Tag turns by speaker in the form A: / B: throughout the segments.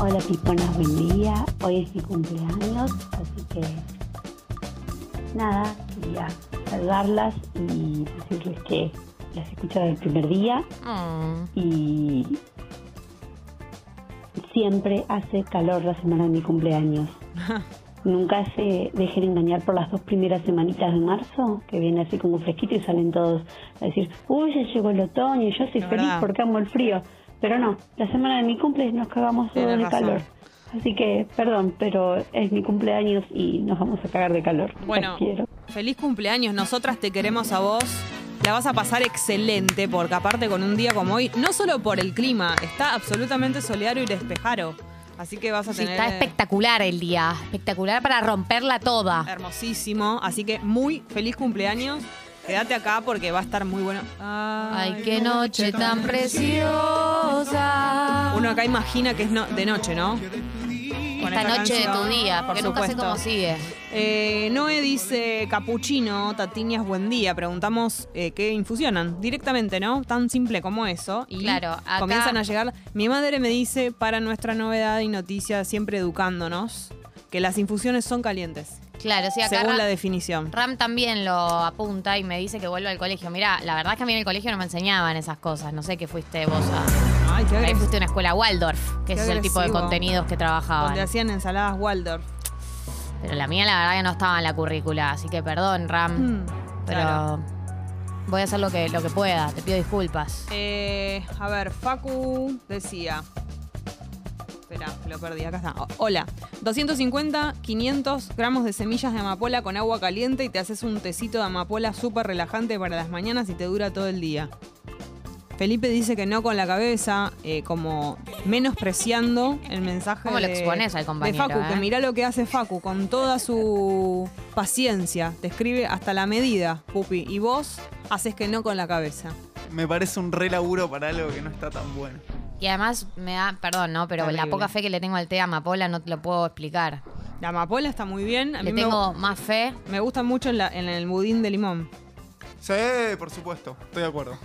A: Hola Piponas, buen día. Hoy es mi cumpleaños, así que nada, quería saludarlas y decirles que las escucho desde el primer día
B: Mm.
A: y siempre hace calor la semana de mi cumpleaños. Nunca se dejen engañar por las dos primeras semanitas de marzo, que viene así como fresquito y salen todos a decir, uy, ya llegó el otoño y yo soy
B: Es
A: feliz
B: verdad.
A: porque amo el frío. Pero no, la semana de mi cumple nos cagamos todos
B: Tienes
A: de
B: razón.
A: calor. Así que, perdón, pero es mi cumpleaños y nos vamos a cagar de calor. Las
B: Bueno,
A: quiero.
B: feliz cumpleaños. Nosotras te queremos a vos. La vas a pasar excelente, porque aparte con un día como hoy, no solo por el clima, está absolutamente soleado y despejado. Así que vas a
C: Sí,
B: tener
C: está espectacular el día. Espectacular para romperla toda.
B: hermosísimo. Así que muy feliz cumpleaños. Quédate acá porque va a estar muy bueno. Ay,
C: Ay, qué noche tan preciosa.
B: Uno acá imagina que es no- de noche, ¿no? Con
C: Esta noche de tu
B: canción.
C: día, porque
B: Por
C: nunca sé
B: supuesto.
C: cómo sigue.
B: Eh, Noe dice, capuchino, tatinias, buen día. Preguntamos eh, qué infusionan directamente, ¿no? Tan simple como eso. Y
C: Claro, acá-
B: comienzan a llegar. Mi madre me dice, para nuestra novedad y noticia, siempre educándonos, que las infusiones son calientes,
C: Claro, sí, acá
B: según
C: Ra-
B: la definición.
C: Ram también lo apunta y me dice que vuelva al colegio. Mira, la verdad es que a mí en el colegio no me enseñaban esas cosas. No sé qué fuiste vos a.
B: Ay, qué
C: Ahí
B: agresivo.
C: fuiste a una escuela Waldorf, que
B: Qué
C: ese es el tipo de
B: agresivo.
C: contenidos que trabajaban.
B: Donde hacían ensaladas Waldorf.
C: Pero la mía, la verdad, que no estaba en la currícula. Así que perdón, Ram.
B: Mm,
C: pero
B: claro.
C: voy a hacer lo que, lo que pueda. Te pido disculpas.
B: Eh, a ver, Facu decía. Espera, lo perdí, acá está. O- Hola, 250, 500 gramos de semillas de amapola con agua caliente y te haces un tecito de amapola súper relajante para las mañanas y te dura todo el día. Felipe dice que no con la cabeza, eh, como menospreciando el mensaje
C: ¿Cómo lo
B: de-
C: expones al compañero,
B: de Facu,
C: eh?
B: que mirá lo que hace Facu con toda su paciencia. Te escribe hasta la medida, Pupi, y vos haces que no con la cabeza.
D: Me parece un re laburo para algo que no está tan bueno.
C: Y además me da, perdón, ¿no? Pero la
B: Terrible.
C: poca fe que le tengo al té Amapola no te lo puedo explicar.
B: La amapola está muy bien. A mí
C: Le
B: me
C: tengo
B: gu-
C: más fe.
B: me, gusta mucho en, la- en el budín de limón.
D: Sí, por supuesto, estoy de acuerdo.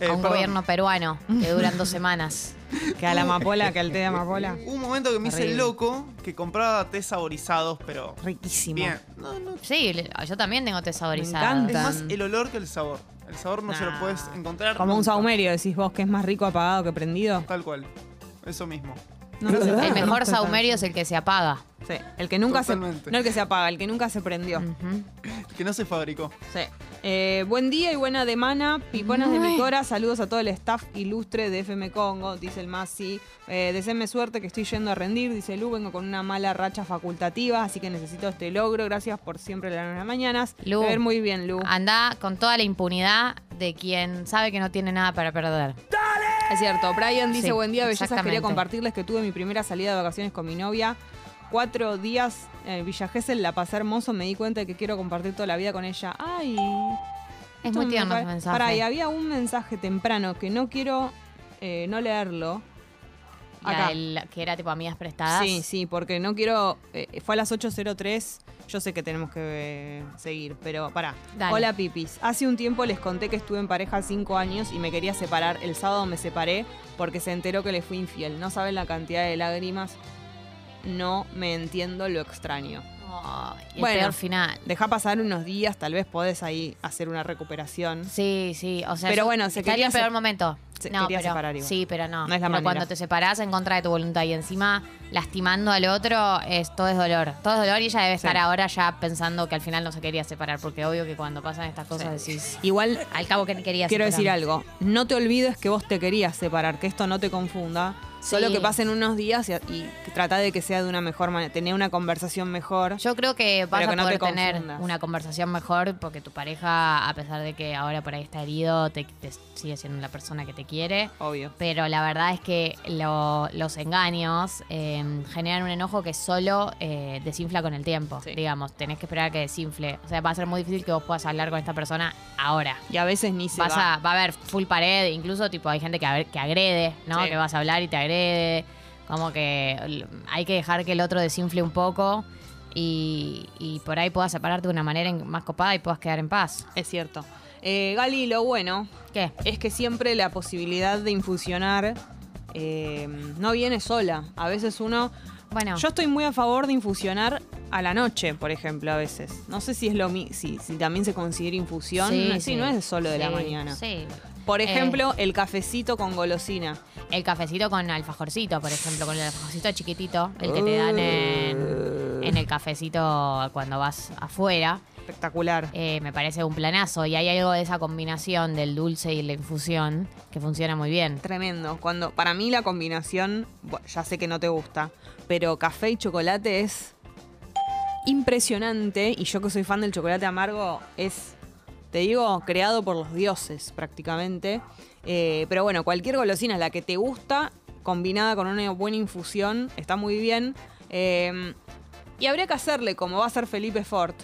D: Eh,
C: a un
D: perdón,
C: gobierno peruano que duran dos semanas.
B: Que
C: Uh.
B: a la amapola, que al té de amapola.
D: hubo Un momento que me hice
C: Horrible.
D: loco que compraba té saborizados, pero.
B: Riquísimo.
D: Bien. No, no.
C: Sí, le- yo también tengo té saborizado.
D: Es
B: encanta.
D: más el olor que el sabor. El sabor no se lo
B: Nah.
D: puedes encontrar.
B: Como un
D: nunca.
B: saumerio, decís vos, que es más rico apagado que prendido.
D: Tal cual. Eso mismo.
B: No, no sé.
C: El mejor
B: Total.
C: saumerio es el que se apaga.
B: Sí, el que nunca se.
D: Totalmente.
B: No el que se apaga, el que nunca se prendió.
C: Ujú.
D: Que no se fabricó.
B: Sí. Eh, buen día y buena demana, piponas de mi
C: Ay.
B: cora, saludos a todo el staff ilustre de FM Congo, dice el Masi. Eh, deseenme suerte que estoy yendo a rendir, dice Lu, vengo con una mala racha facultativa, así que necesito este logro, gracias por siempre las las mañanas.
C: Lu.
B: Te ver muy bien, Lu.
C: Anda con toda la impunidad de quien sabe que no tiene nada para perder.
B: Es cierto, Brian dice,
C: Sí,
B: buen día, bellezas, quería
C: exactamente.
B: compartirles que tuve mi primera salida de vacaciones con mi novia. Cuatro días en Villa Gesell, la pasé hermoso, me di cuenta de que quiero compartir toda la vida con ella. Ay,
C: Es muy tierno el mensaje.
B: Para, y había un mensaje temprano que no quiero eh, no leerlo.
C: La
B: Acá.
C: del- que era tipo amigas prestadas.
B: Sí, sí, porque no quiero. eh, fue a las 8.03. Yo sé que tenemos que eh, seguir, pero pará.
C: Dale.
B: Hola, pipis. Hace un tiempo les conté que estuve en pareja cinco años y me quería separar. El sábado me separé porque se enteró que le fui infiel. No saben la cantidad de lágrimas. No me entiendo lo extraño.
C: Oh, y el
B: Bueno.
C: peor final.
B: Deja pasar unos días, tal vez podés ahí hacer una recuperación.
C: Sí, sí. O sea,
B: Pero
C: eso-
B: bueno, se
C: estaría
B: quería
C: en peor
B: se-
C: momento.
B: se
C: no,
B: quería
C: pero,
B: separar igual.
C: Sí, pero no.
B: No es la
C: Pero
B: manera.
C: cuando te separás en contra de tu voluntad y encima lastimando al otro, es, todo es dolor. Todo es dolor y ella debe estar ahora ya pensando que al final no se quería separar. Porque obvio que cuando pasan estas cosas decís,
B: Igual
C: al cabo que querías
B: Quiero decir
C: separarme".
B: algo. No te olvides que vos te querías separar, que esto no te confunda.
C: Sí.
B: Solo que pasen unos días y, y trata de que sea de una mejor manera, tener una conversación mejor.
C: Yo creo que vas
B: Pero que
C: a
B: no
C: poder
B: te
C: tener
B: confundas.
C: una conversación mejor porque tu pareja, a pesar de que ahora por ahí está herido, te, te sigue siendo la persona que te quiere.
B: Obvio.
C: Pero la verdad es que lo- los engaños eh, generan un enojo que solo eh, desinfla con el tiempo.
B: Sí.
C: Digamos, tenés que esperar a que desinfle. O sea, va a ser muy difícil que vos puedas hablar con esta persona ahora.
B: Y a veces ni se
C: Vas
B: va.
C: a, va a haber full pared, incluso tipo hay gente que, a ver- que agrede, ¿no?
B: Sí.
C: Que vas a hablar y te agrede. Como que l- hay que dejar que el otro desinfle un poco y, y por ahí puedas separarte de una manera en- más copada y puedas quedar en paz.
B: Es cierto. Eh, Gali, lo bueno
C: ¿Qué?
B: es que siempre la posibilidad de infusionar eh, no viene sola. A veces uno...
C: Bueno,
B: Yo estoy muy a favor de infusionar a la noche, por ejemplo, a veces. No sé si es lo mi- si, si también se considera infusión. Sí, no es solo de la
C: sí,
B: mañana.
C: Sí.
B: Por
C: Eh,
B: ejemplo, el cafecito con golosina.
C: el cafecito con alfajorcito, por ejemplo, con el alfajorcito chiquitito, el que te dan en, en el cafecito cuando vas afuera.
B: Espectacular.
C: Eh, me parece un planazo. Y hay algo de esa combinación del dulce y la infusión que funciona muy bien.
B: Tremendo. Cuando, para mí la combinación, bu- ya sé que no te gusta, pero café y chocolate es impresionante. Y yo que soy fan del chocolate amargo, es, te digo, creado por los dioses prácticamente. Eh, pero bueno, cualquier golosina, la que te gusta, combinada con una buena infusión, está muy bien. Eh, y habría que hacerle como va a hacer Felipe Ford,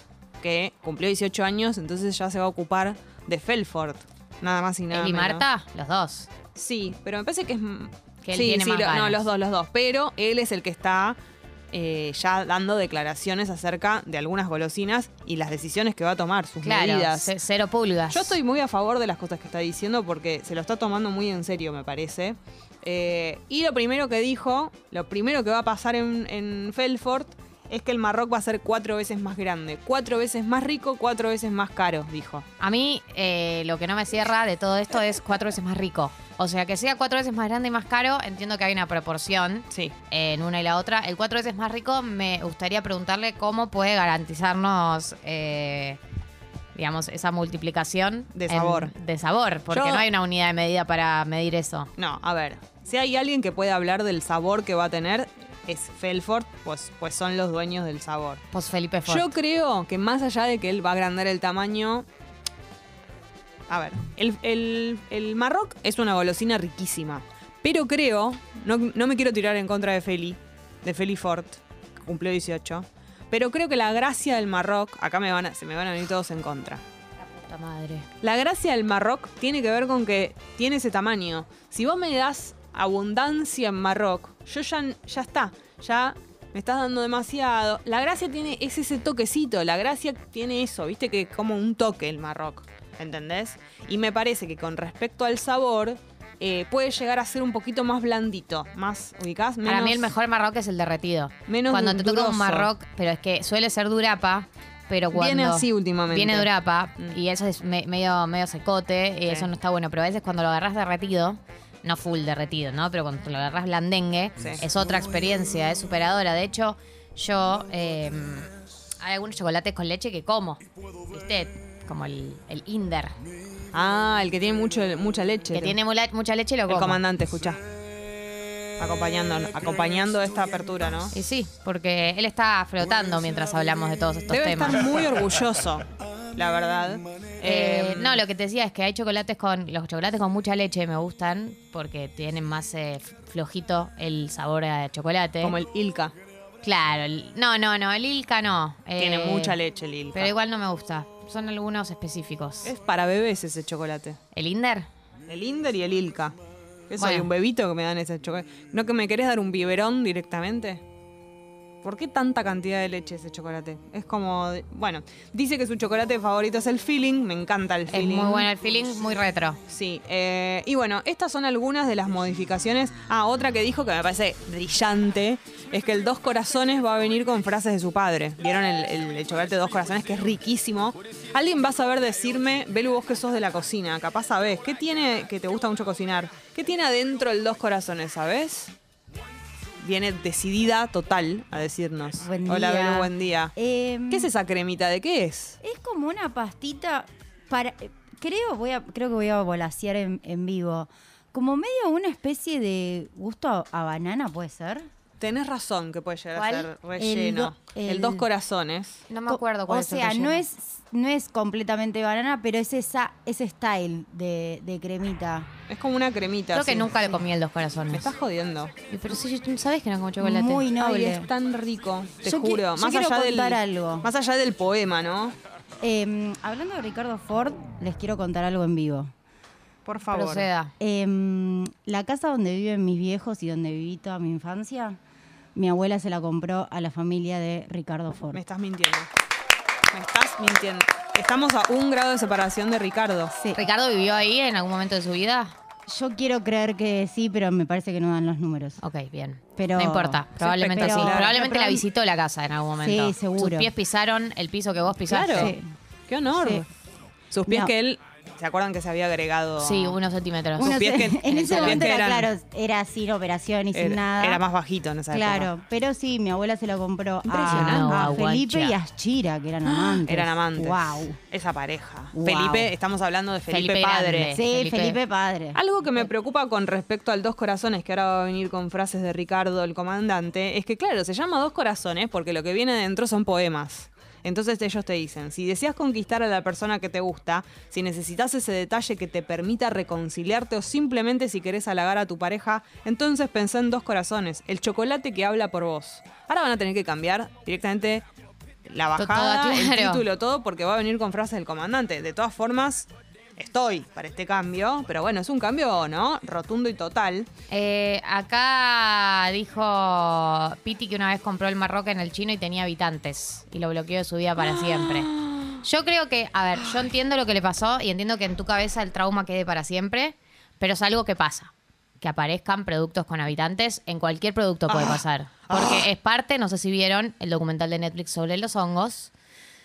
B: que cumplió 18 años, entonces ya se va a ocupar de Felford. Nada más y nada
C: Él y
B: menos.
C: Marta, los dos.
B: Sí, pero me parece que es. m-
C: Que él
B: sí,
C: tiene
B: sí,
C: más
B: lo- no,
C: ganas.
B: los dos, los dos. Pero él es el que está eh, ya dando declaraciones acerca de algunas golosinas y las decisiones que va a tomar, sus
C: Claro,
B: medidas.
C: ce- cero pulgas.
B: Yo estoy muy a favor de las cosas que está diciendo porque se lo está tomando muy en serio, me parece. Eh, y lo primero que dijo, lo primero que va a pasar en, en Felfort es que el Marroc va a ser cuatro veces más grande, cuatro veces más rico, cuatro veces más caro, dijo.
C: A mí eh, lo que no me cierra de todo esto es cuatro veces más rico. O sea, que sea cuatro veces más grande y más caro, entiendo que hay una proporción
B: Sí.
C: en una y la otra. El cuatro veces más rico, me gustaría preguntarle cómo puede garantizarnos, eh, digamos, esa multiplicación.
B: De
C: en-
B: sabor.
C: de sabor, porque
B: Yo-
C: no hay una unidad de medida para medir eso.
B: No, a ver, si hay alguien que puede hablar del sabor que va a tener, es Felford, pues, pues son los dueños del sabor.
C: Pues Felipe Ford.
B: Yo creo que más allá de que él va a agrandar el tamaño. A ver, el, el, el Marroc es una golosina riquísima. Pero creo, no, no me quiero tirar en contra de Feli, de Feli Ford, que cumplió 18. Pero creo que la gracia del Marroc, acá me van a- se me van a venir todos en contra.
C: Puta madre.
B: La gracia del Marroc tiene que ver con que tiene ese tamaño. Si vos me das abundancia en Marroc, yo ya, ya está, ya me estás dando demasiado. La gracia tiene es ese toquecito, la gracia tiene eso, viste que como un toque el Marroc, ¿entendés? Y me parece que con respecto al sabor eh, puede llegar a ser un poquito más blandito, más ubicás, menos...
C: Para mí el mejor marroc es el derretido.
B: menos
C: cuando te toca
B: duroso.
C: un marroc, pero es que suele ser durapa, pero cuando
B: Viene así últimamente.
C: viene durapa
B: Mm.
C: y eso es me- medio medio secote, y
B: Sí.
C: eso no está bueno, pero a veces cuando lo agarras derretido, no full derretido, ¿no? Pero cuando lo agarras blandengue,
B: Sí.
C: es otra experiencia, es superadora. De hecho, yo eh, hay algunos chocolates con leche que como, ¿viste? Como el, el Inder,
B: Ah, el que tiene mucho, mucha leche.
C: que
B: te-
C: tiene mula- mucha leche y lo
B: El
C: como.
B: comandante, escucha. Acompañando, acompañando esta apertura, ¿no?
C: Y sí, porque él está flotando mientras hablamos de todos estos
B: Debe
C: temas.
B: estar muy orgulloso, la verdad.
C: Eh,
B: Eh,
C: no, lo que te decía es que hay chocolates con. Los chocolates con mucha leche me gustan porque tienen más eh, flojito el sabor a chocolate.
B: Como el Ilka.
C: Claro, el- no, no, no, el Ilka no. eh,
B: Tiene mucha leche el Ilka.
C: Pero igual no me gusta. Son algunos específicos.
B: Es para bebés ese chocolate.
C: ¿El Inder?
B: El Inder y el Ilka. ¿Qué soy?
C: Bueno.
B: ¿Un bebito que me dan ese chocolate? ¿No que me querés dar un biberón directamente? ¿Por qué tanta cantidad de leche ese chocolate? Es como... de- Bueno, dice que su chocolate favorito es el feeling. Me encanta el
C: Es
B: feeling.
C: muy bueno el feeling, muy retro.
B: Sí, eh, y bueno, estas son algunas de las modificaciones. Ah, otra que dijo que me parece brillante es que el Dos Corazones va a venir con frases de su padre. ¿Vieron el, el- el chocolate de Dos Corazones que es riquísimo? Alguien va a saber decirme, Belu, vos que sos de la cocina, capaz sabés, ¿qué tiene que te gusta mucho cocinar? ¿Qué tiene adentro el Dos Corazones, sabés? Viene decidida total a decirnos.
E: Buen
B: Hola,
E: día.
B: Belu, buen día.
E: Em,
B: ¿Qué es esa cremita? ¿De qué es?
E: Es como una pastita para. eh, Creo, voy a, creo que voy a volasear en, en vivo. Como medio una especie de gusto a, a banana, puede ser.
B: Tenés razón que puede llegar
C: ¿Cuál?
B: a ser relleno.
E: do-
B: el
E: el-
B: Dos Corazones.
C: No me acuerdo
E: Co-
C: cuál
E: O
C: es el
E: sea, no
C: relleno.
E: es, no es completamente banana, pero es esa, ese style de, de cremita.
B: Es como una cremita.
C: Creo
B: así.
C: que nunca le comí el dos
B: Me
C: corazones.
B: estás jodiendo.
C: Y Pero sí, tú sabes que no como chocolate.
E: Muy
B: Ay,
E: noble.
B: es tan rico, te
E: Yo qui-
B: juro.
E: yo quiero contar algo.
B: Más allá del poema, ¿no?
E: Em, hablando de Ricardo Ford, les quiero contar algo en vivo.
B: Por favor.
C: Proceda.
E: Em, la casa donde viven mis viejos y donde viví toda mi infancia, mi abuela se la compró a la familia de Ricardo Ford.
B: Me estás mintiendo. Me estás mintiendo. Estamos a un grado de separación de Ricardo.
E: Sí.
C: ¿Ricardo vivió ahí en algún momento de su vida?
E: Yo quiero creer que sí, pero me parece que no dan los números.
C: Ok, bien.
E: Pero-
C: no importa, probablemente sí.
E: Pero-
C: probablemente
E: pero-
C: la visitó la casa en algún momento.
E: Sí, seguro.
C: Sus pies pisaron el piso que vos pisaste.
B: Claro.
E: Sí.
B: Qué honor.
E: Sí.
B: Sus pies
E: No.
B: que él. ¿Se acuerdan que se había agregado?
C: Sí, unos centímetros.
E: Uno
B: pies
E: se-
B: que-
E: en
B: sus
E: ese
B: pies
E: momento
B: que
E: era
B: eran-
E: claro, era sin operación y sin
B: Era,
E: nada.
B: era más bajito en esa
E: Claro,
B: época.
E: pero sí, mi abuela se lo compró
C: Impresionante.
E: a, a
C: Guau,
E: Felipe
C: guacha.
E: y a Shira, que eran amantes.
B: Eran amantes.
E: Wow.
B: Esa pareja.
E: Wow.
B: Felipe, estamos hablando de Felipe,
C: Felipe
B: padre.
C: Grande.
E: Sí,
C: Felipe.
E: Felipe, padre.
B: Algo que me preocupa con respecto al Dos Corazones, que ahora va a venir con frases de Ricardo, el comandante, es que, claro, se llama Dos Corazones porque lo que viene dentro son poemas. Entonces ellos te dicen, si deseas conquistar a la persona que te gusta, si necesitas ese detalle que te permita reconciliarte o simplemente si querés halagar a tu pareja, entonces pensá en Dos Corazones, el chocolate que habla por vos. Ahora van a tener que cambiar directamente la
C: Todo,
B: bajada, el
C: claro.
B: título, todo, porque va a venir con frases del comandante. De todas formas, estoy para este cambio, pero bueno, es un cambio, ¿no? Rotundo y total.
C: Eh, acá dijo Piti que una vez compró el Marroca en el chino y tenía habitantes y lo bloqueó de su vida para siempre. Yo creo que, a ver, yo entiendo lo que le pasó y entiendo que en tu cabeza el trauma quede para siempre, pero es algo que pasa. Que aparezcan productos con habitantes, en cualquier producto
B: Ah.
C: puede pasar. Porque es parte, no sé si vieron el documental de Netflix sobre los hongos,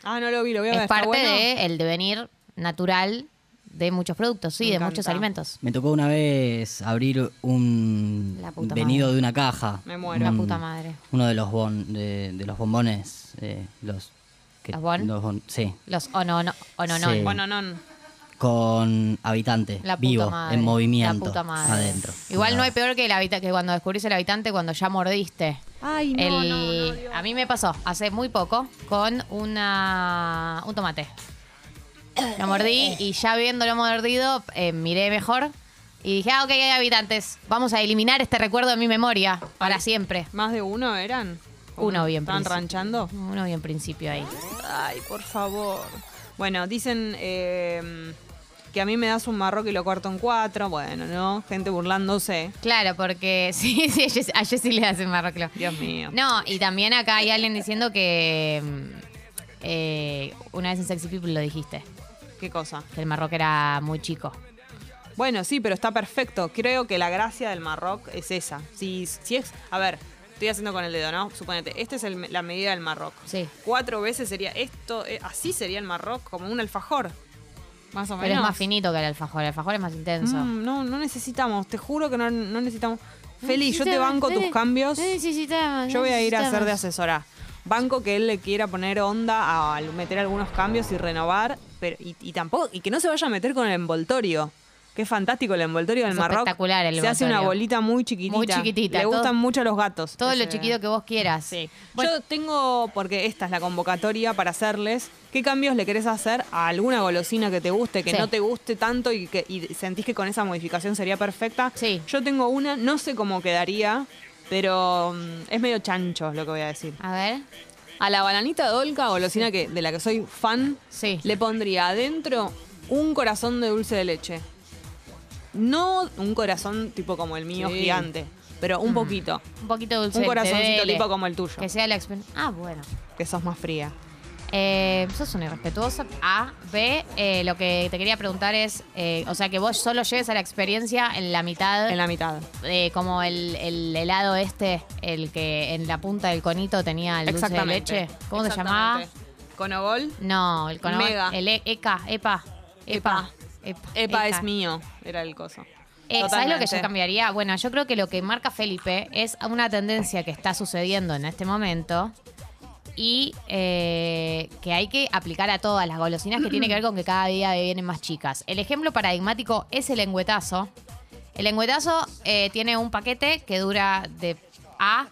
B: Ah, no lo vi, lo voy a ver.
C: es
B: ¿está
C: parte
B: bueno?
C: del devenir natural de muchos productos, sí,
B: Me
C: de
B: encanta.
C: muchos alimentos.
F: Me tocó una vez abrir un
C: La puta
F: venido de una caja.
B: Me muero.
C: La
F: Un-
C: puta madre.
F: Uno de los bon, de, de los bombones, eh, los que-
C: ¿Los bon?
F: bon- sí,
C: Los onono, ononon.
F: Sí.
B: Bueno, no.
F: con habitante
C: La puta
F: vivo
C: madre.
F: en movimiento
C: La puta madre.
F: adentro.
C: Igual no hay
F: Nada.
C: peor que, el habita- que cuando descubrís el habitante cuando ya mordiste.
E: Ay,
C: El- a mí me pasó hace muy poco con una, un tomate. Lo mordí y ya viéndolo mordido eh, miré mejor y dije, ah, ok, hay habitantes. Vamos a eliminar este recuerdo de mi memoria para siempre.
B: ¿Más de uno eran?
C: Uno bien
B: ¿Están
C: principio.
B: ranchando?
C: Uno bien principio ahí.
B: Ay, por favor. Bueno, dicen eh, que a mí me das un marroco y lo corto en cuatro. Bueno, ¿no? Gente burlándose.
C: Claro, porque sí, sí, a Jessy- a Jessy le hacen marroclo.
B: Dios mío.
C: No, y también acá hay alguien diciendo que mm, eh, una vez en Sexy People lo dijiste,
B: ¿Qué cosa?
C: que el Marroc era muy chico.
B: Bueno, sí, pero está perfecto. Creo que la gracia del Marroc es esa. Si, si es. A ver, estoy haciendo con el dedo, ¿no? Suponete, esta es el- la medida del Marroc.
C: Sí.
B: Cuatro veces sería esto, eh, así sería el Marroc, como un alfajor. Más o
C: Pero
B: menos.
C: es más finito que el alfajor, el alfajor es más intenso.
B: Mm, no, no necesitamos, te juro que no, no necesitamos. Feliz, yo te
C: necesitamos,
B: banco tus
C: Feli,
B: cambios.
C: no necesitamos,
B: Yo voy a ir a ser de
C: necesitamos.
B: asesora. Banco que él le quiera poner onda a meter algunos cambios y renovar, pero y, y tampoco y que no se vaya a meter con el envoltorio. Que es fantástico el envoltorio del
C: Es
B: Marroc.
C: espectacular el
B: Se hace una
C: envoltorio.
B: bolita muy chiquitita.
C: Muy chiquitita,
B: Le
C: todo-
B: gustan mucho los gatos. Eh,
C: Todo lo
B: Ese-
C: chiquito que vos quieras.
B: Sí.
C: Bueno,
B: Yo tengo, porque esta es la convocatoria para hacerles, ¿qué cambios le querés hacer a alguna golosina que te guste, que
C: Sí.
B: no te guste tanto y que y sentís que con esa modificación sería perfecta?
C: Sí.
B: Yo tengo una, no sé cómo quedaría, pero mm, es medio chancho lo que voy a decir.
C: a ver.
B: A la bananita dolca, golosina que, de la que soy fan,
C: Sí.
B: le pondría adentro un corazón de dulce de leche. No un corazón tipo como el mío,
C: Sí. Mm.
B: gigante, pero un poquito.
C: Un poquito de dulce.
B: Un
C: de
B: corazoncito
C: leche.
B: tipo como el tuyo.
C: Que sea la experiencia. Ah, bueno.
B: Que sos más fría.
C: Eh, sos una irrespetuosa. A. B. eh, lo que te quería preguntar es, eh, o sea, que vos solo llegues a la experiencia en la mitad.
B: En la mitad.
C: eh, como el, el helado este, el que en la punta del conito tenía el dulce de
B: Exactamente.
C: leche. ¿Cómo se llamaba?
B: Exactamente. ¿Conogol?
C: No, el cono,
B: Mega.
C: El e- ECA, EPA. EPA. EPA,
B: Epa
C: ECA.
B: es mío, era el coso.
C: Eh, ¿Sabes lo que yo
B: Totalmente.
C: cambiaría? Bueno, yo creo que lo que marca Felipe es una tendencia que está sucediendo en este momento y eh, que hay que aplicar a todas las golosinas que tiene que ver con que cada día vienen más chicas. El ejemplo paradigmático es el lengüetazo. El lengüetazo eh, tiene un paquete que dura de A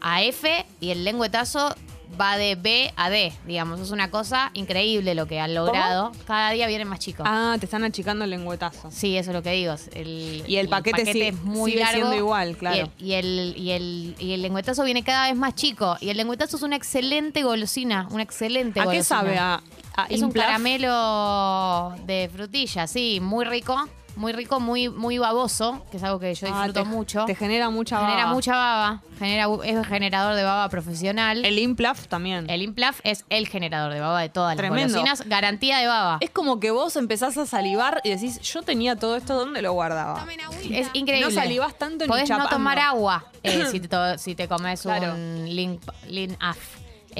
C: a F y el lengüetazo va de B a D, digamos. Es una cosa increíble lo que han logrado. Cada día vienen más chicos.
B: Ah, te están achicando el lengüetazo.
C: Sí, eso es lo que digo. es El,
B: Y el paquete sigue-
C: es muy
B: sigue
C: largo
B: siendo igual, claro.
C: Y el, y, el, y, el, y el lengüetazo viene cada vez más chico. Y el lengüetazo es una excelente golosina. Una excelente
B: ¿A qué
C: golosina.
B: sabe? ¿A, a
C: Es un
B: Implaf?
C: caramelo de frutilla, sí, muy rico. muy rico, muy, muy baboso, que es algo que yo
B: Ah,
C: disfruto
B: te-
C: mucho.
B: Te genera mucha
C: genera
B: baba.
C: mucha baba, genera, es generador de baba profesional. El,
B: El Implaf también.
C: Implaf es el generador de baba de todas las
B: Tremendo.
C: golosinas, garantía de baba.
B: Es como que vos empezás a salivar y decís, yo tenía todo esto, ¿dónde lo guardaba?
C: Es increíble.
B: No salivas tanto ni
C: Podés no
B: chapando.
C: tomar agua eh, si, te to- si te comes
B: Claro.
C: un lin, lin af.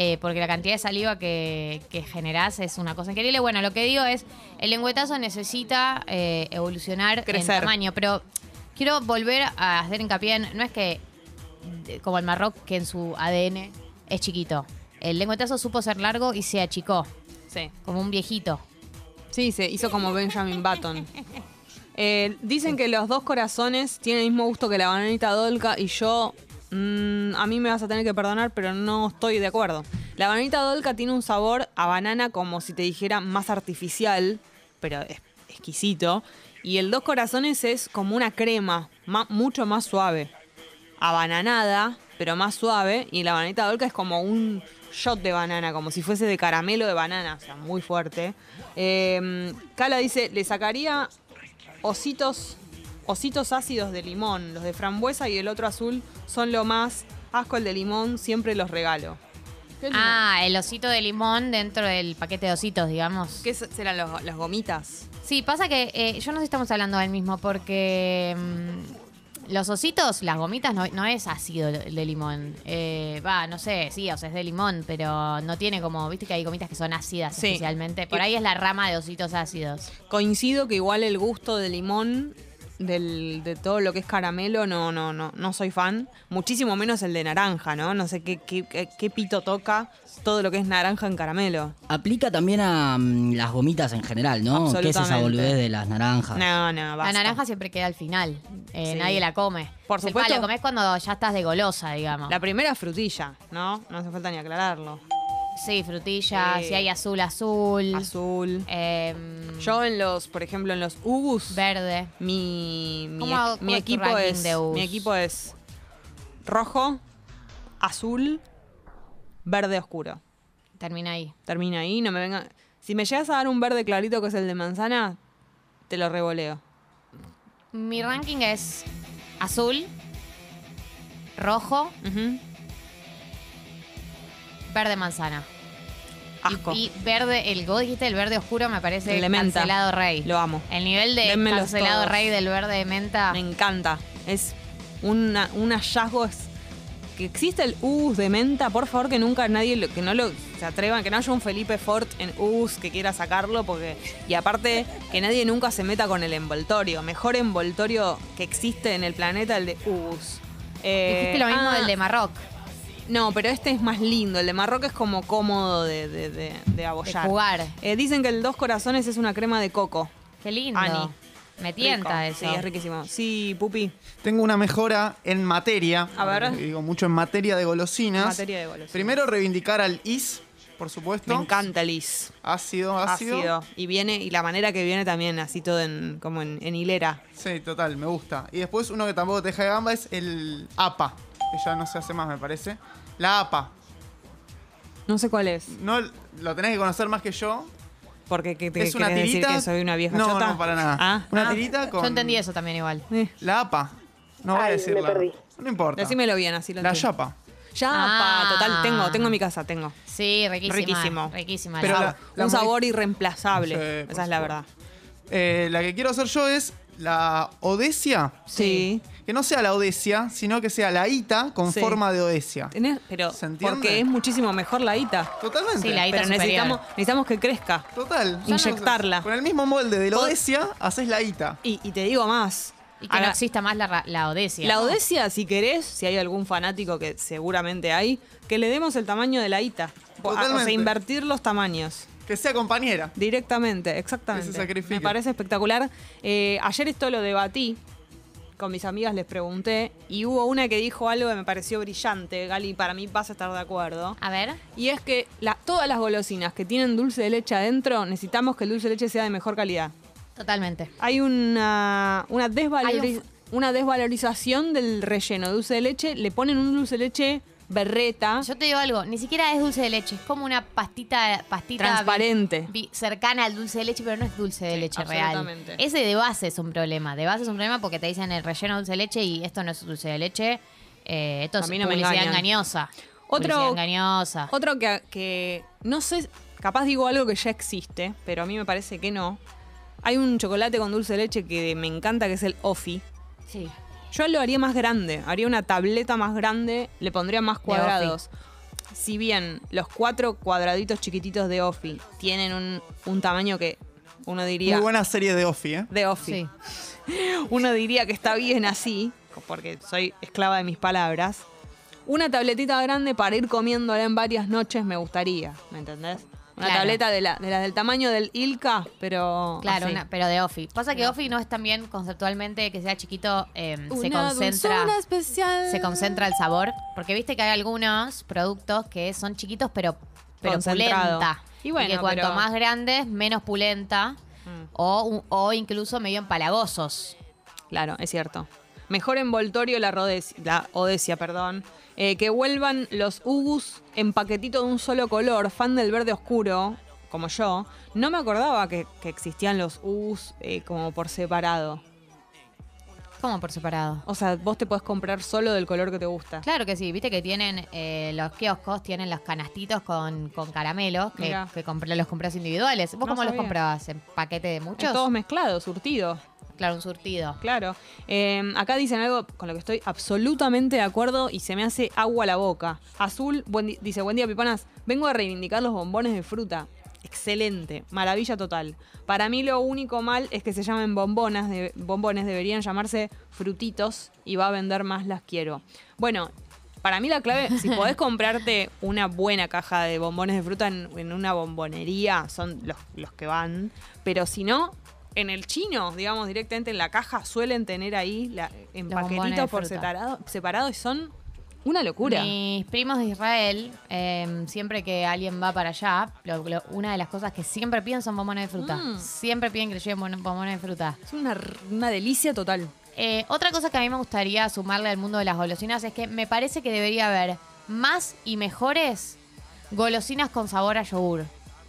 C: Eh, porque la cantidad de saliva que, que generás es una cosa increíble. Bueno, lo que digo es, el lengüetazo necesita eh, evolucionar en
B: Crecer.
C: tamaño. Pero quiero volver a hacer hincapié en, no es que de- como el marroc que en su ADN es chiquito. El lengüetazo supo ser largo y se achicó,
B: Sí.
C: como un viejito.
B: Sí, se hizo como Benjamin Button. Eh, dicen que los dos corazones tienen el mismo gusto que la bananita dolca y yo, mm, a mí me vas a tener que perdonar, pero no estoy de acuerdo. La bananita dolca tiene un sabor a banana como si te dijera más artificial, pero es exquisito. Y el dos corazones es como una crema, ma- mucho más suave. Abananada, pero más suave. Y la bananita dolca es como un shot de banana, como si fuese de caramelo de banana, o sea, muy fuerte. Eh, Cala dice, le sacaría ositos, ositos ácidos de limón. Los de frambuesa y el otro azul son lo más. Asco el de limón, siempre los regalo. ¿Qué limón?
C: Ah, el osito de limón dentro del paquete de ositos, digamos.
B: ¿Qué se- serán los- las gomitas?
C: Sí, pasa que eh, yo no sé si estamos hablando del mismo porque mm, los ositos, las gomitas, no, no es ácido de limón. Eh, Va, no sé, sí, o sea, es de limón, pero no tiene como, viste que hay gomitas que son ácidas
B: Sí.
C: especialmente. Por ahí es la rama de ositos ácidos.
B: Coincido que igual el gusto de limón del, de todo lo que es caramelo, no, no, no, no soy fan. Muchísimo menos el de naranja, ¿no? No sé qué, qué- qué- qué pito toca todo lo que es naranja en caramelo.
F: Aplica también a mm, las gomitas en general, ¿no? ¿Qué es esa
B: Absolutamente.
F: boludez de las naranjas?
B: No, no,
C: La
B: basta.
C: naranja siempre queda al final. Eh,
B: Sí.
C: Nadie la come.
B: Por
C: Es el
B: supuesto.
C: palo, comes cuando ya estás de golosa, digamos.
B: La primera frutilla, ¿no? No hace falta ni aclararlo.
C: Sí, frutillas,
B: Sí.
C: si hay azul, azul.
B: Azul.
C: em,
B: Yo en los, por ejemplo, en los Ugus,
C: verde.
B: mi, mi,
C: ¿Cómo hago-
B: mi
C: cómo es tu
B: equipo
C: ranking
B: es,
C: de Ugus?
B: mi equipo es rojo, azul, verde oscuro.
C: Termina ahí.
B: Termina ahí, no me venga. Si me llegas a dar un verde clarito que es el de manzana, te lo revoleo.
C: Mi ranking es azul, rojo,
B: Ujú.
C: verde manzana. Y-
B: Asco.
C: Y, verde, el vos dijiste el verde oscuro me parece
B: El de menta.
C: cancelado rey.
B: Lo amo.
C: El nivel de
B: Dénmelos
C: cancelado
B: todos.
C: rey del verde de menta.
B: Me encanta. Es una- un hallazgo. es- que existe el Ugus de menta, por favor, que nunca nadie, lo- que no lo se atrevan, que no haya un Felipe Fort en Ugus que quiera sacarlo, porque. Y aparte, que nadie nunca se meta con el envoltorio. Mejor envoltorio que existe en el planeta, el de Ugus. Eh,
C: dijiste lo mismo
B: ah,
C: del de Marroc.
B: No, pero este es más lindo. El de Marroca es como cómodo de, de, de- de
C: De
B: abollar.
C: jugar.
B: Eh, dicen que el Dos Corazones es una crema de coco.
C: Qué lindo.
B: Ani.
C: Me tienta eso.
B: Rico. Sí, es riquísimo. Sí, Pupi.
D: Tengo una mejora en materia.
B: A ver.
D: Digo mucho en materia de golosinas.
B: Materia de golosinas.
D: Primero reivindicar al IS, por supuesto.
B: Me encanta el is.
D: Ácido, ácido.
B: Ácido. Y viene, y la manera que viene también, así todo en, como en, en hilera.
D: Sí, total, me gusta. Y después uno que tampoco te deja de gamba es el APA. Que ya no se hace más, me parece. La APA.
B: No sé cuál es.
D: No lo tenés que conocer más que yo.
B: Porque que te
D: es una
B: querés
D: tirita.
B: decir que soy una vieja
D: no,
B: chota.
D: no, para nada.
B: Ah,
D: una
B: ah.
D: tirita con.
C: Yo entendí eso también igual.
B: Eh,
D: La APA. No voy a
A: Ay, me
D: decirla.
A: perdí.
D: No importa.
B: Decímelo bien, así lo
D: la
B: entiendo.
D: chapa.
B: Yapa,
C: Ah.
B: total, tengo, tengo en mi casa, tengo.
C: Sí, riquísima.
B: Riquísimo.
C: Riquísima.
D: Pero
C: la-
D: la- la
B: un
D: modi-
B: sabor irreemplazable.
D: Sí, por
B: Esa es la
D: supuesto.
B: verdad.
D: Eh, la que quiero hacer yo es la Odesia.
B: Sí.
D: Que no sea la Odesia, sino que sea la Ita con
B: Sí.
D: forma de Odesia.
B: Tenés- pero
D: ¿Se entiende?
B: porque es muchísimo mejor la ita.
D: Totalmente.
C: Sí, la Ita
B: Pero
C: superior.
B: necesitamos, necesitamos que crezca.
D: Total.
B: Yo no- Inyectarla.
D: Con el mismo molde de la
B: Pod-
D: Odesia, haces la Ita.
B: Y, y te digo más.
C: y que
B: Ahora,
C: no exista más la, ra- la odesia.
B: la odesia, si querés, si hay algún fanático que seguramente hay, que le demos el tamaño de la ita. O- a- O sea,
D: Totalmente.
B: invertir los tamaños.
D: Que sea compañera.
B: Directamente, exactamente.
D: Que se sacrifique.
B: Me parece espectacular. Eh, ayer esto lo debatí. Con mis amigas les pregunté. Y hubo una que dijo algo que me pareció brillante. Gali, para mí vas a estar de acuerdo.
C: A ver.
B: Y es que la- todas las golosinas que tienen dulce de leche adentro, necesitamos que el dulce de leche sea de mejor calidad.
C: Totalmente.
B: Hay una, una, desvalori-
C: Hay un-
B: una desvalorización del relleno de dulce de leche. Le ponen un dulce de leche berreta.
C: Yo te digo algo, ni siquiera es dulce de leche, es como una pastita, pastita
B: Transparente.
C: vi- vi- cercana al dulce de leche, pero no es dulce de
B: Sí,
C: leche real.
B: absolutamente.
C: Ese de base es un problema, de base es un problema porque te dicen el relleno de dulce de leche y esto no es dulce de leche, eh, esto
B: A
C: es
B: mí no me
C: publicidad
B: engañan.
C: engañosa.
B: Otro-
C: publicidad engañosa.
B: Otro que, que no sé, capaz digo algo que ya existe, pero a mí me parece que no. Hay un chocolate con dulce de leche que me encanta, que es el Offi.
C: Sí.
B: Yo lo haría más grande, haría una tableta más grande, le pondría más cuadrados. Si bien los cuatro cuadraditos chiquititos de Offi tienen un, un tamaño que uno diría
D: Muy buena serie de Offi, ¿eh?
B: de Offi,
C: Sí.
B: uno diría que está bien así, porque soy esclava de mis palabras. Una tabletita grande para ir comiéndola en varias noches me gustaría, ¿me entendés? Una
C: Claro.
B: tableta de la, de la del tamaño del Ilka, pero
C: Claro,
B: así.
C: una- pero de Offi. Pasa que Offi no es tan bien conceptualmente que sea chiquito, eh, se
B: Una
C: concentra.
B: dulzura especial.
C: se concentra el sabor. Porque viste que hay algunos productos que son chiquitos, pero, pero
B: Concentrado.
C: pulenta.
B: Y bueno,
C: que cuanto
B: pero- Mm.
C: más grandes, menos pulenta. O, un- o incluso medio empalagosos.
B: Claro, es cierto. Mejor envoltorio la, rodes- la odesia, perdón. Eh, que vuelvan los Ugus en paquetito de un solo color, fan del verde oscuro, como yo. No me acordaba que, que existían los Ugus eh, como por separado.
C: Como por separado.
B: O sea, vos te podés comprar solo del color que te gusta.
C: Claro que sí, viste que tienen eh, los kioscos, tienen los canastitos con, con caramelos, que,
B: Mirá.
C: que compré- los compras individuales. ¿Vos cómo
B: No sabía.
C: los comprabas? ¿En paquete de muchos?
B: Están Todos mezclados, surtidos.
C: Claro, un surtido.
B: Claro. Eh, acá dicen algo con lo que estoy absolutamente de acuerdo y se me hace agua la boca. Azul buen di- dice, buen día, Pipanas. Vengo a reivindicar los bombones de fruta. Excelente, maravilla total. Para mí lo único mal es que se llamen bombonas, de, bombones deberían llamarse frutitos y va a vender más las quiero. Bueno, para mí la clave, si podés comprarte una buena caja de bombones de fruta en, en una bombonería, son los, los que van, pero si no, en el chino, digamos, directamente en la caja suelen tener ahí la, en
C: Los bombones de
B: paquetitos por
C: fruta.
B: separado, separado y son una locura.
C: Mis primos de Israel, eh, siempre que alguien va para allá, lo- lo- una de las cosas que siempre piden son bombones de fruta.
B: Mm.
C: Siempre piden que le lleven bon- bombones de fruta.
B: Es una, una delicia total.
C: Eh, otra cosa que a mí me gustaría sumarle al mundo de las golosinas es que me parece que debería haber más y mejores golosinas con sabor a yogur.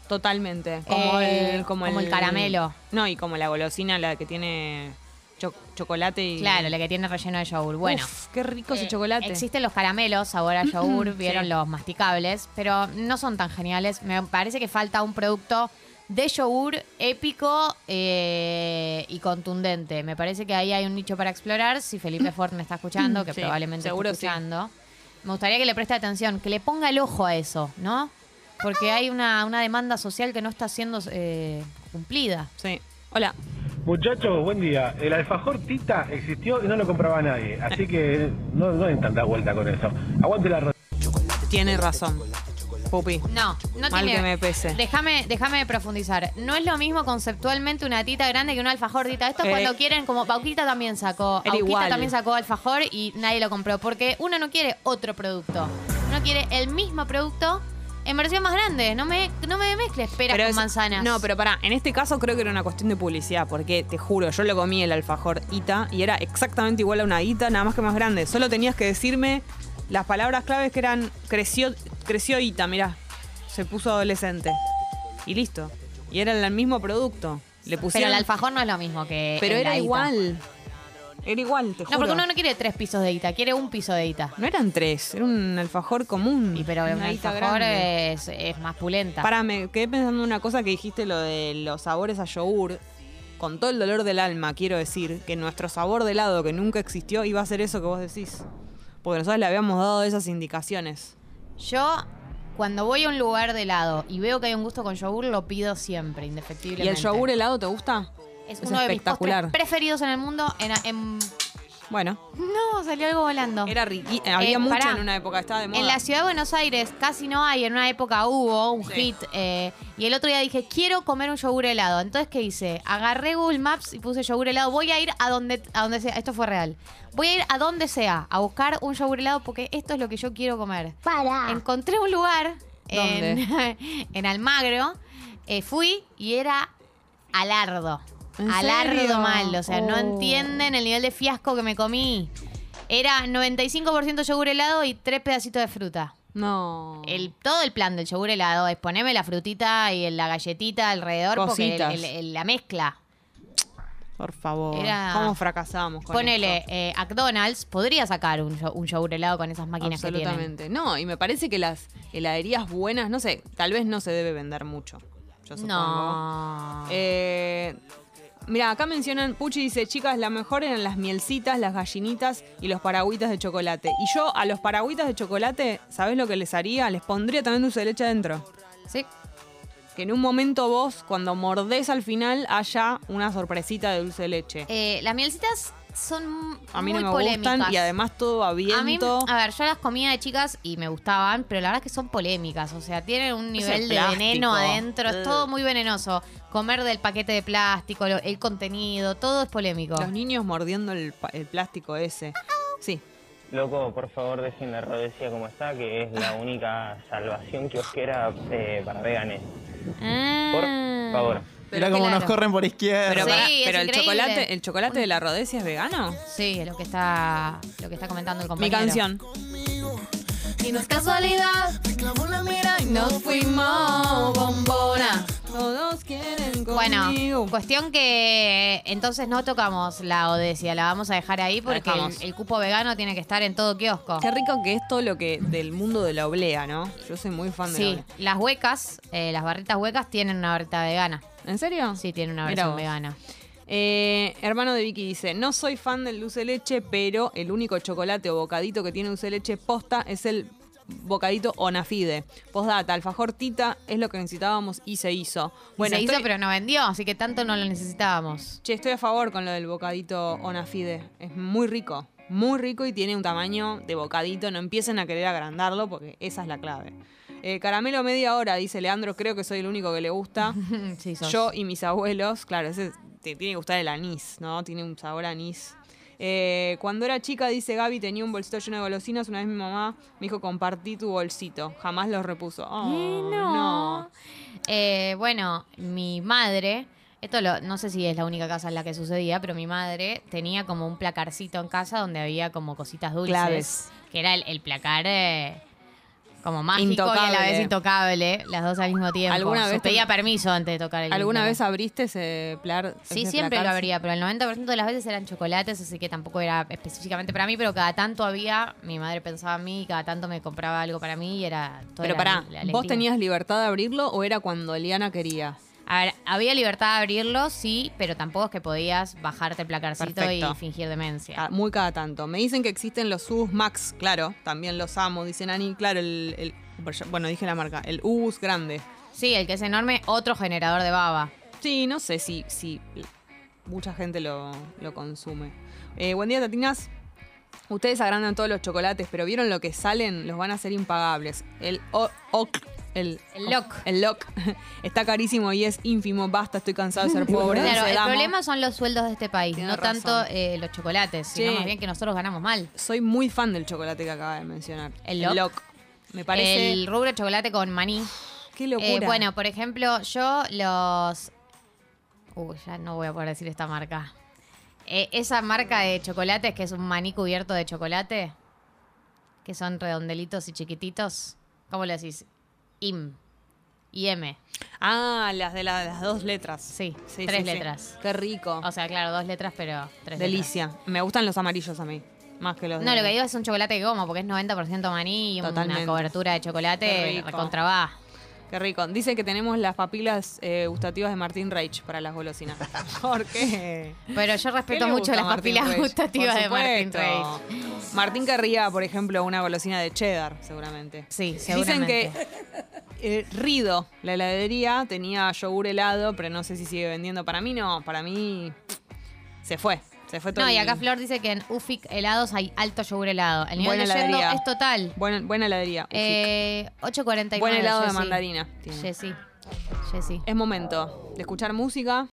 B: Totalmente. Como,
C: Eh,
B: el, como,
C: como el caramelo.
B: No, y como la golosina, la que tiene cho- chocolate y.
C: Claro, la que tiene relleno de yogur. Bueno.
B: Uf, qué rico ese
C: Eh,
B: chocolate.
C: Existen los caramelos, sabor a yogur, vieron
B: Sí.
C: los masticables, pero no son tan geniales. Me parece que falta un producto de yogur épico eh, y contundente. Me parece que ahí hay un nicho para explorar. Si Felipe Ford me está escuchando, que
B: Mm. Sí,
C: probablemente
B: seguro sí.
C: está escuchando, me gustaría que le preste atención, que le ponga el ojo a eso, ¿no? Porque hay una, una demanda social que no está siendo eh, cumplida.
B: Sí. Hola.
G: Muchachos, buen día. El alfajor Tita existió y no lo compraba nadie, así que no, no den tanta vuelta con eso. Aguante la
B: Tiene razón. Pupi.
C: No, no
B: Mal
C: tiene.
B: que me pese.
C: Déjame, déjame profundizar. No es lo mismo conceptualmente una tita grande que un alfajor tita. Esto es
B: Eh.
C: cuando quieren, como Pauquita también sacó.
B: Era
C: Pauquita
B: igual.
C: también sacó alfajor y nadie lo compró. Porque uno no quiere otro producto. Uno quiere el mismo producto en versión más grande. No me, no me mezcles peras con
B: es-
C: manzanas.
B: No, pero pará, en este caso creo que era una cuestión de publicidad, porque te juro, yo lo comí el alfajor Ita y era exactamente igual a una Ita, nada más que más grande. Solo tenías que decirme las palabras claves que eran creció, creció Ita, mirá, se puso adolescente. Y listo. Y era el mismo producto. Le
C: Pero
B: pusieron.
C: el alfajor no es lo mismo que.
B: Pero
C: el
B: era
C: ladito.
B: igual. Era igual, te juro.
C: No, porque uno no quiere tres pisos de tita, quiere un piso de tita.
B: No eran tres, era un alfajor común.
C: Y pero un
B: una Ita
C: alfajor
B: grande.
C: es, es más pulenta.
B: Pará, me quedé pensando en una cosa que dijiste, lo de los sabores a yogur. Con todo el dolor del alma, quiero decir que nuestro sabor de helado que nunca existió iba a ser eso que vos decís. Porque nosotros le habíamos dado esas indicaciones.
C: Yo, cuando voy a un lugar de helado y veo que hay un gusto con yogur, lo pido siempre, indefectiblemente.
B: ¿Y el yogur helado te gusta?
C: es uno de mis postres preferidos en el mundo. En, en-
B: Bueno,
C: No, salió algo volando.
B: era riqui-
C: Eh,
B: Había mucho
C: pará.
B: en una época, estaba de moda.
C: En la ciudad de Buenos Aires casi no hay, en una época hubo un
B: Sí.
C: hit. eh, y el otro día dije, quiero comer un yogur helado. Entonces, ¿qué hice? Agarré Google Maps y puse yogur helado. Voy a ir a donde, a donde sea. Esto fue real. Voy a ir a donde sea a buscar un yogur helado porque esto es lo que yo quiero comer. Para. Encontré un lugar en, en Almagro. eh, fui y era alardo.
B: ¿En
C: Alardo
B: serio?
C: mal. O sea, no
B: Oh.
C: entienden el nivel de fiasco que me comí. Era 95% yogur helado y tres pedacitos de fruta.
B: No.
C: El, todo el plan del yogur helado es ponerme la frutita y la galletita alrededor
B: Cositas.
C: porque el- el- el- la mezcla.
B: Por favor.
C: Era-
B: ¿Cómo fracasamos con
C: Ponele,
B: esto?
C: eh, McDonald's podría sacar un, yo- un yogur helado con esas máquinas que tienen.
B: Absolutamente. No, y me parece que las heladerías buenas, no sé, tal vez no se debe vender mucho. Yo supongo.
C: No.
B: Eh, mira, acá mencionan, Puchi dice, chicas, la mejor eran las mielcitas, las gallinitas y los paragüitas de chocolate. Y yo a los paragüitas de chocolate, ¿sabés lo que les haría? Les pondría también dulce de leche adentro.
C: Sí.
B: Que en un momento vos, cuando mordés al final, haya una sorpresita de dulce de leche.
C: Eh, las mielcitas son
B: a mí no
C: muy
B: me
C: polémicas.
B: gustan y además todo
C: A mí,
B: aviento.
C: a ver, yo las comía de chicas y me gustaban, pero la verdad es que son polémicas, o sea, tienen un nivel de
B: plástico.
C: veneno adentro,
B: Ugh.
C: es todo muy venenoso. Comer del paquete de plástico, lo- el contenido, todo es polémico.
B: Los niños mordiendo el, pa- el plástico ese. Sí.
H: Loco, por favor, dejen la rodecia como está, que es la única salvación que os queda para veganes. Por
C: Ah.
H: favor.
D: Mirá cómo
C: claro.
D: nos corren por izquierda.
B: Pero,
C: Sí,
B: pará,
C: es
B: pero el
C: increíble.
B: chocolate, el chocolate de la rodecia es vegano.
C: Sí, es lo que está lo que está comentando el
B: Mi
C: compañero.
B: canción.
C: Y no es casualidad. nos fuimos bombona.
B: Todos quieren
C: Bueno, pues,
B: conmigo.
C: cuestión que entonces no tocamos la Odesia, la vamos a dejar ahí porque el,
B: dejamos.
C: el cupo vegano tiene que estar en todo kiosco.
B: Qué rico que es todo lo que del mundo de la oblea, ¿no? Yo soy muy fan de la
C: Sí,
B: oblea.
C: las huecas, eh, las barritas huecas tienen una barrita vegana.
B: ¿En serio?
C: Sí, tienen una
B: Mira
C: versión
B: vos.
C: vegana.
B: Eh, hermano de Vicky dice, no soy fan del dulce de leche, pero el único chocolate o bocadito que tiene dulce de leche posta es el bocadito Onafide. Postdata, alfajor tita es lo que necesitábamos y se hizo.
C: Bueno,
B: Bueno,
C: se
B: estoy,
C: hizo, pero no vendió, así que tanto no lo necesitábamos.
B: che, estoy a favor con lo del bocadito Onafide. Es muy rico, muy rico y tiene un tamaño de bocadito. No empiecen a querer agrandarlo porque esa es la clave. Eh, caramelo media hora, dice Leandro, creo que soy el único que le gusta.
C: sí, sos.
B: Yo y mis abuelos, claro, ese te tiene que gustar el anís, ¿no? Tiene un sabor a anís. Eh, cuando era chica, dice Gaby, tenía un bolsito lleno de golosinas. Una vez mi mamá me dijo, compartí tu bolsito. Jamás lo repuso. Oh, no.
C: Eh, bueno, mi madre, esto lo- no sé si es la única casa en la que sucedía, pero mi madre tenía como un placarcito en casa donde había como cositas dulces.
B: Claves.
C: Que era el, el placar eh, como mágico y a la
B: Intocable.
C: vez intocable, las dos al mismo tiempo.
B: ¿Alguna
C: Se
B: vez te-
C: pedía permiso antes de tocar el
B: ¿Alguna
C: placar.
B: vez abriste ese plan?
C: Sí, siempre lo habría, pero el 90% de las veces eran chocolates, así que tampoco era específicamente para mí, pero cada tanto había, mi madre pensaba en mí, y cada tanto me compraba algo para mí y era todo.
B: Pero
C: era
B: pará,
C: la
B: ¿vos
C: alegría.
B: tenías libertad de abrirlo o era cuando Eliana quería?
C: A ver, había libertad de abrirlo, sí, pero tampoco es que podías bajarte el placarcito
B: Perfecto. Ah.
C: y fingir demencia.
B: Ca- Muy cada tanto. Me dicen que existen los Ubus Max, claro, también los amo, dicen Ani, claro, el, el- bueno, dije la marca, el Ubus grande.
C: Sí, el que es enorme, otro generador de baba.
B: Sí, no sé si, si mucha gente lo, lo consume. Eh, buen día, Tatinas. Ustedes agrandan todos los chocolates, pero vieron lo que salen, los van a hacer impagables. El o- oc. El,
C: El loc.
B: El loc. Está carísimo y es ínfimo. Basta, estoy cansado de ser pobre.
C: Claro, el
B: Sedamo.
C: problema son los sueldos de este país,
B: Tienes
C: no
B: razón.
C: tanto eh, los chocolates, sino
B: Sí.
C: más bien que nosotros ganamos mal.
B: Soy muy fan del chocolate que acaba de mencionar.
C: El loc.
B: Me parece.
C: El rubro chocolate con maní.
B: Qué
C: Eh,
B: locura.
C: bueno, por ejemplo, yo los. Uy, ya no voy a poder decir esta marca. Eh, esa marca de chocolates que es un maní cubierto de chocolate, que son redondelitos y chiquititos. ¿Cómo le decís? IM. IM.
B: Ah, las de la- las dos letras.
C: Sí, tres letras.
B: Qué rico.
C: O sea, claro, dos letras, pero tres
B: Delicia. Me gustan los amarillos a mí. Más que los
C: letras. No,
B: de-
C: lo que digo es un chocolate que como, porque es 90% maní y
B: Totalmente.
C: una cobertura de
B: Qué
C: chocolate
B: rico.
C: recontrabá.
B: Qué rico. Dice que tenemos las papilas eh, gustativas de Martín Reich para las golosinas. ¿Por qué?
C: Pero yo
B: ¿Qué
C: respeto
B: le
C: mucho
B: gusta
C: las
B: a Martín
C: papilas
B: Reich?
C: gustativas
B: Por
C: de Martin Reich.
B: supuesto. Martín querría, por ejemplo, una golosina de cheddar, seguramente.
C: Sí,
B: Dicen que
C: seguramente.
B: eh, Rido, la heladería, tenía yogur helado, pero no sé si sigue vendiendo. Para mí no, para mí se fue. Se fue todo.
C: No, y
B: el-
C: acá Flor dice que en Ufic helados hay alto yogur helado. El nivel
B: Buena
C: de yendo
B: heladería.
C: es total.
B: Buena, buena heladería. Ufic.
C: Eh, 8.49.
B: Buen helado de
C: Jessy.
B: mandarina. tiene.
C: Jessy. Jessy.
B: Es momento de escuchar música.